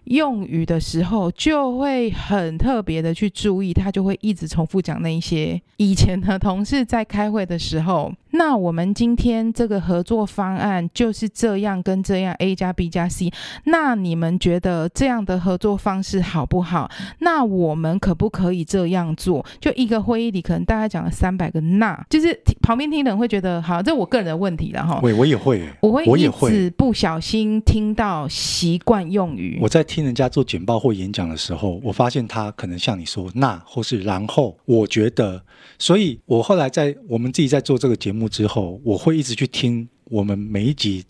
Speaker 3: 用语的时候，就会很特别的去注意，他就会一直重复讲那一些。以前的同事在开会的时候，那我们今天这个合作方案就是这样跟这样 A 加 B 加 C，那你们觉得这样的合作方式好不好？那我们可不可以这样做？就一个会议里，可能大概讲了三百个那，就是听旁边听的人会觉得，好，这我个人的问题了哈。
Speaker 1: 喂，我也会、欸，
Speaker 3: 我会
Speaker 1: 我也
Speaker 3: 一
Speaker 1: 会
Speaker 3: 直不小心听到习惯用语，
Speaker 1: 我在听人家做简报或演讲的时候，我发现他可能像你说那或是然后，我觉得，所以我后来在我们自己在做这个节目之后，我会一直去听我们每一集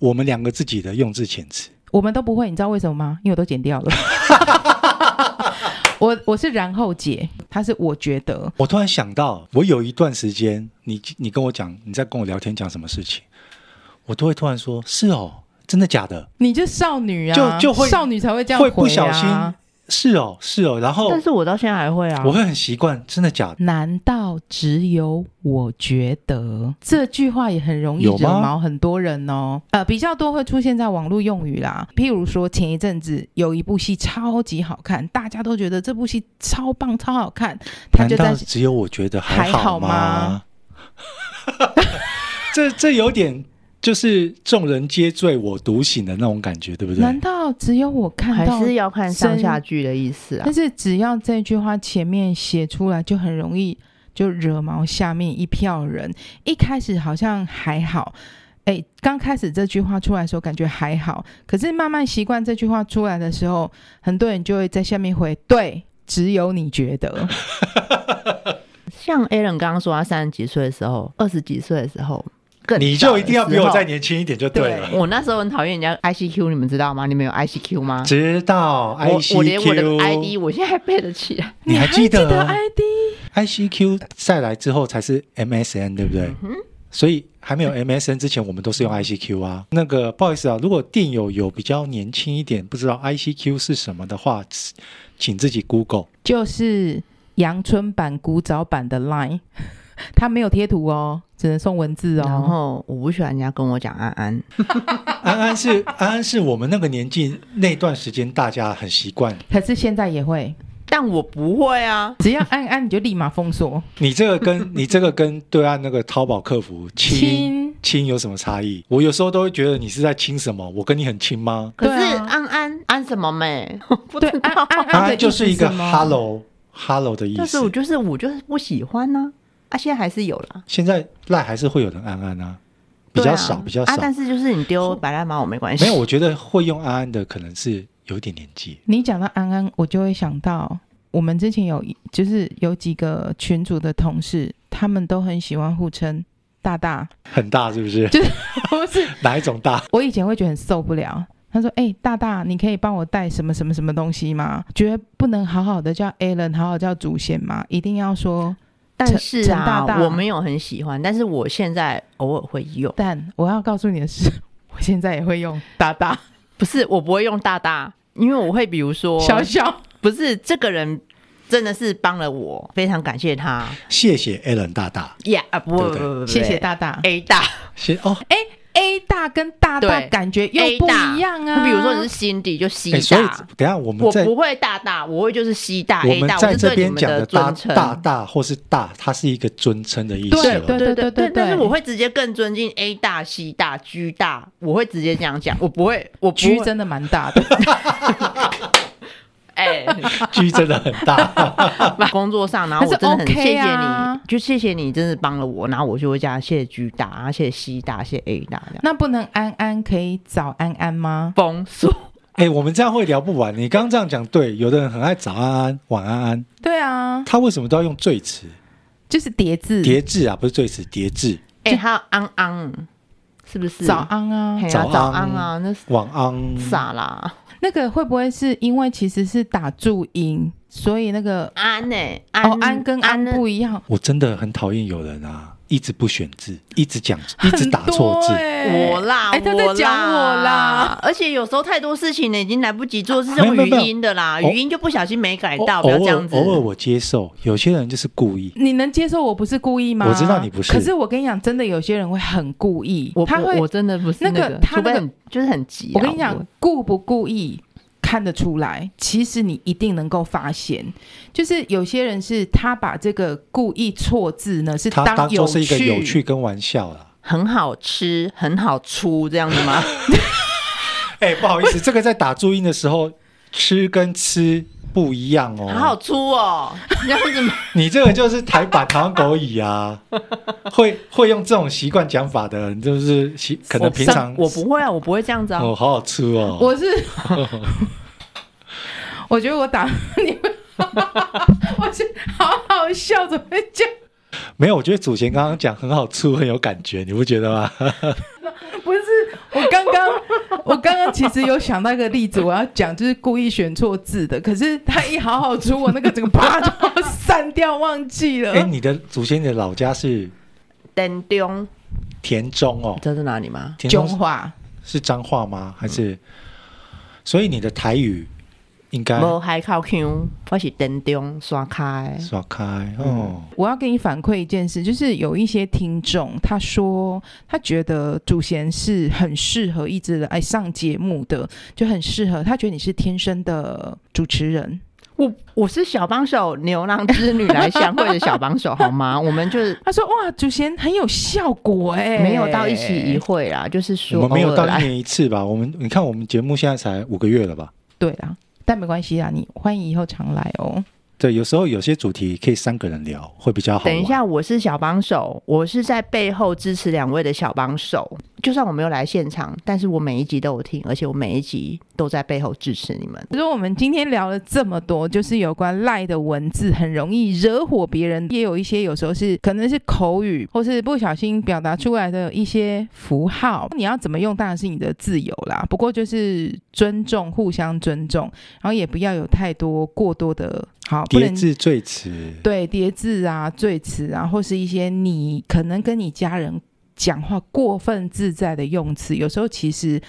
Speaker 1: 我们两个自己的用字遣词。
Speaker 3: 我们都不会，你知道为什么吗？因为我都剪 掉了。我我是然后姐，她是我觉得，
Speaker 1: 我突然想到，我有一段时间，你你跟我讲你在跟我聊天讲什么事情，我都会突然说是哦，真的假的？
Speaker 3: 你就少女啊，
Speaker 1: 就就会
Speaker 3: 少女才会这样、啊、
Speaker 1: 会不小心是哦是哦，然后
Speaker 2: 但是我到现在还会啊
Speaker 1: 我。会很习惯，真的假的？
Speaker 3: 难道只有我觉得这句话也很容易
Speaker 1: 有
Speaker 3: 惹
Speaker 1: 吗
Speaker 3: 毛很多人哦？呃，比较多会出现在网络用语啦，譬如说前一阵子有一部戏超级好看，大家都觉得这部戏超棒、超好看，他
Speaker 1: 难
Speaker 3: 就
Speaker 1: 道
Speaker 3: 在
Speaker 1: 只有我觉得
Speaker 3: 还好
Speaker 1: 好
Speaker 3: 吗？
Speaker 1: 这这有点就是众人皆醉我独醒的那种感觉，对不对？
Speaker 3: 难道只有我看
Speaker 2: 还
Speaker 3: 到？
Speaker 2: 是要看上下句的意思啊
Speaker 3: 但。是只要这句话前面写出来，就很容易就惹毛下面一票人。一开始好像还好，哎，刚开始这句话出来的时候感觉还好，可是慢慢习惯这句话出来的时候，很多人就会在下面回对。只有你觉得，
Speaker 2: 像 Alan 刚刚说，他三十几岁的时候，二十几岁的时候，更
Speaker 1: 你
Speaker 2: 小
Speaker 1: 就
Speaker 2: 的
Speaker 1: 一定要比我
Speaker 2: 时候
Speaker 1: 再年轻一点就对了。
Speaker 2: 我那时候很讨厌人家 ICQ，你们知道吗？你们有 ICQ 吗？
Speaker 1: 直到
Speaker 2: 我我连我的 ID
Speaker 1: ICQ，
Speaker 2: 我现在还背得起来。
Speaker 1: 你还
Speaker 3: 还记
Speaker 1: 记得
Speaker 3: 得啊 ID？
Speaker 1: ICQ 再来之后才是 MSN，对不
Speaker 3: 嗯
Speaker 1: 对？所以还没有 MSN 之前，我们都是用 ICQ 啊。那个不好意思啊，如果电友有比较年轻一点不知道 ICQ 是什么的话，请自己 Google。
Speaker 3: 就是阳春版、古早版的 Line，它 没有贴图哦，只能送文字哦。
Speaker 2: 然后我不喜欢人家跟我讲安安，
Speaker 1: 安安是安安是我们那个年纪那段时间大家很习惯，
Speaker 3: 可是现在也会，
Speaker 2: 但我不会啊。
Speaker 3: 只要按按你就立马封锁。
Speaker 1: 你这个跟 你这个跟对岸那个淘宝客服亲
Speaker 3: 亲，
Speaker 1: 亲有什么差异？我有时候都会觉得你是在亲什么，我跟你很亲吗？
Speaker 2: 可
Speaker 3: 对啊
Speaker 2: 是安安安什么 美？不
Speaker 3: 对
Speaker 2: 知，
Speaker 3: 安
Speaker 2: 道
Speaker 3: 安
Speaker 1: 安
Speaker 3: 的
Speaker 1: 安
Speaker 3: 意思
Speaker 1: 就是一个
Speaker 3: 什么
Speaker 1: hello hello 的意
Speaker 2: 但是我
Speaker 1: 思。
Speaker 2: 就是我就是不喜欢呢、啊。现在还是有啦，
Speaker 1: 现在赖还是会有人安安啊，比较少，
Speaker 2: 对啊、
Speaker 1: 比较少
Speaker 2: 啊。。但是就是你丢白烂马我没关系，
Speaker 1: 没有，我觉得会用安安的可能是有一点年纪。
Speaker 3: 你讲到安安，我就会想到我们之前有一就是有几个群主的同事，他们都很喜欢互称大大，
Speaker 1: 很大是不是？
Speaker 3: 不是
Speaker 1: 哪一种大？
Speaker 3: 我以前会觉得很受不了。他说：“哎、大大，你可以帮我带什么什么什么东西吗？觉得不能好好的叫 Alan，好好叫祖先吗？一定要说，
Speaker 2: 但是
Speaker 3: 陈大
Speaker 2: 啊，
Speaker 3: 大
Speaker 2: 我没有很喜欢，但是我现在偶尔会用，
Speaker 3: 但我要告诉你的是，我现在也会用大大、
Speaker 2: 不是我不会用大大，因为我会比如说
Speaker 3: 小小。
Speaker 2: 不是这个人真的是帮了我，非常感谢他
Speaker 1: 谢谢 Alan 大大，
Speaker 2: 呀、啊不不
Speaker 1: 对不对
Speaker 2: 不不，
Speaker 3: 谢谢大大
Speaker 2: A 大，
Speaker 1: 谢哦。
Speaker 3: A 大跟大大
Speaker 2: 对
Speaker 3: 感觉 又
Speaker 2: A
Speaker 3: 不
Speaker 2: 大
Speaker 3: 一样啊。
Speaker 2: 比如说你是辛迪就西
Speaker 1: 哎，所以
Speaker 2: 大。
Speaker 1: 等一下我们
Speaker 2: 我
Speaker 1: 在
Speaker 2: 不会大大，我会就是西大
Speaker 1: 我
Speaker 2: 啊 A
Speaker 1: 们
Speaker 2: 大，
Speaker 1: 在
Speaker 2: 是
Speaker 1: 这
Speaker 2: 对你
Speaker 1: 边
Speaker 2: 们
Speaker 1: 讲
Speaker 2: 的
Speaker 1: 大
Speaker 2: 尊称。
Speaker 1: 大大或是大，它是一个尊称的意思哦
Speaker 3: 对
Speaker 1: 了。
Speaker 3: 对
Speaker 2: 对
Speaker 3: 对对
Speaker 2: 对，但是
Speaker 3: 对
Speaker 2: 我会直接更尊敬 A 大、C 大、G 大，我会直接这样讲，我不会，我不
Speaker 3: 居
Speaker 2: 会
Speaker 3: 真的蛮大的，
Speaker 2: 哎，
Speaker 1: 居真的很大，
Speaker 2: 工作上，然后我真
Speaker 3: 但是
Speaker 2: 的很
Speaker 3: OK
Speaker 2: 谢谢你
Speaker 3: 啊，
Speaker 2: 就谢谢你，真的帮了我，然后我就会加谢谢 G 大，啊谢谢 C 大，谢谢 A 大这样。
Speaker 3: 那不能安安可以早安安吗？
Speaker 2: 封锁，
Speaker 1: 哎、我们这样会聊不完。你刚刚这样讲，对，有的人很爱早安安、晚安安，
Speaker 3: 对啊，
Speaker 1: 他为什么都要用最词？
Speaker 3: 就是叠字，
Speaker 1: 叠字啊，不是最词，叠字。
Speaker 2: 哎，还有昂昂，是不是？
Speaker 3: 早安啊
Speaker 2: 嘿。啊，
Speaker 1: 早安
Speaker 2: 早安啊，那是
Speaker 1: 晚安，
Speaker 2: 傻啦，
Speaker 3: 那个会不会是因为其实是打注音，所以那个
Speaker 2: 安呢？
Speaker 3: 哦安跟安
Speaker 2: 呢
Speaker 3: 不一样，
Speaker 1: 我真的很讨厌有人啊，一直不选字，一直讲，一直打错字。
Speaker 2: 欸我啦，
Speaker 3: 哎，他在讲我啦，，
Speaker 2: 而且有时候太多事情呢，已经来不及做，是
Speaker 1: 没有
Speaker 2: 用
Speaker 1: 没有
Speaker 2: 语
Speaker 1: 没有
Speaker 2: 音的啦，
Speaker 1: 偶
Speaker 2: 语音就不小心没改
Speaker 1: 偶
Speaker 2: 到，不要这
Speaker 1: 偶
Speaker 2: 样
Speaker 1: 尔
Speaker 2: 子。
Speaker 1: 偶尔我接受，有些人就是故意。
Speaker 3: 你能接受我不是故意吗？
Speaker 1: 我知道你不是
Speaker 3: 可是我跟你讲，真的有些人会很故意，
Speaker 2: 我
Speaker 3: 他
Speaker 2: 我
Speaker 3: 会
Speaker 2: 我，真的不是
Speaker 3: 那个
Speaker 2: 个，
Speaker 3: 他
Speaker 2: 除非
Speaker 3: 那个
Speaker 2: 很就是很急啊。
Speaker 3: 我跟你
Speaker 2: 我
Speaker 3: 讲，，故不故意看得出来，其实你一定能够发现，就是有些人是他把这个故意错字呢，是
Speaker 1: 他当
Speaker 3: 有
Speaker 1: 做是一个有趣跟玩笑啦。
Speaker 2: 很好吃，很好出，这样子吗？
Speaker 1: 哎、不好意思，这个在打注音的时候，吃跟吃不一样哦。
Speaker 2: 好好出哦，这样子吗？
Speaker 1: 你这个就是台版台湾狗语 啊，会会用这种习惯讲法的人，就是习可能平常
Speaker 2: 我不会啊，我不会这样子啊。
Speaker 1: 哦，好好吃哦。
Speaker 3: 我是，我 觉得我打你们，我是好好笑，怎么会这样？
Speaker 1: 没有，我觉得祖贤刚刚讲很好吃，很有感觉，你不觉得 吗？
Speaker 3: 不是，我刚刚我刚刚其实有想到一个例子，我要讲就是故意选错字的，可是他一好好出，我那个整个啪就删掉，忘记了。
Speaker 1: 哎、你的祖先你的老家是
Speaker 2: 等丢，
Speaker 1: 田中哦
Speaker 2: 你，知道在哪里吗？
Speaker 1: 田
Speaker 3: 中
Speaker 1: 中
Speaker 3: 华
Speaker 1: 是彰化吗？还是？所以你的台语应该
Speaker 2: 无海靠 Q，我是等丢刷开。
Speaker 1: 耍开哦。
Speaker 3: 我要给你反馈一件事，就是有一些听众他说他觉得祖贤是很适合一直来上节目的，就很适合，他觉得你是天生的主持人。
Speaker 2: 我我是小帮手，牛郎织女来相会的小帮 手，好吗？我们就是
Speaker 3: 他说哇，祖贤很有效果哎、
Speaker 2: 没有到一起一会啦，就是
Speaker 1: 我
Speaker 2: 说
Speaker 1: 们没有
Speaker 2: 偶
Speaker 1: 到
Speaker 2: 尔
Speaker 1: 一啊
Speaker 2: 来。
Speaker 1: 年一次吧？我们你看，我们节目现在才五个月了吧？
Speaker 3: 对啦，但没关系啦，啊你欢迎以后常来哦。
Speaker 1: 对，有时候有些主题可以三个人聊，会比较好玩。
Speaker 2: 等一下，我是小帮手，我是在背后支持两位的小帮手。就算我没有来现场，但是我每一集都有听，而且我每一集都在背后支持你们。
Speaker 3: 可是我们今天聊了这么多，就是有关赖的文字很容易惹火别人，也有一些有时候是可能是口语，或是不小心表达出来的一些符号。你要怎么用，当然是你的自由啦。不过就是尊重，互相尊重，然后也不要有太多过多的好，不
Speaker 1: 叠
Speaker 3: 能
Speaker 1: 字最词，
Speaker 3: 对叠字啊、赘词啊，或是一些你可能跟你家人讲话过分自在的用词，有时候其实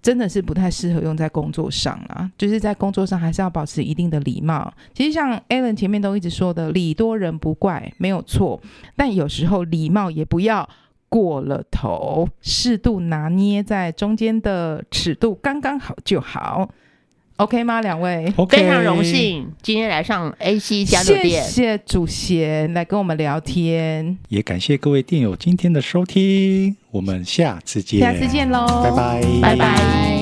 Speaker 3: 真的是不太适合用在工作上啊。就是在工作上还是要保持一定的礼貌。其实像 Alan 前面都一直说的，礼多人不怪没有错，但有时候礼貌也不要。过了头，适度拿捏在中间的尺度，刚刚好就好，OK 吗？两位
Speaker 1: OK，
Speaker 2: 非常荣。幸今天来上 AC 加六
Speaker 3: 谢
Speaker 2: 店，
Speaker 3: 谢主贤来跟我们聊天，
Speaker 1: 也感谢各位电友今天的收听，我们下次见，
Speaker 3: 下次见喽，
Speaker 1: 拜拜，
Speaker 2: 哦拜拜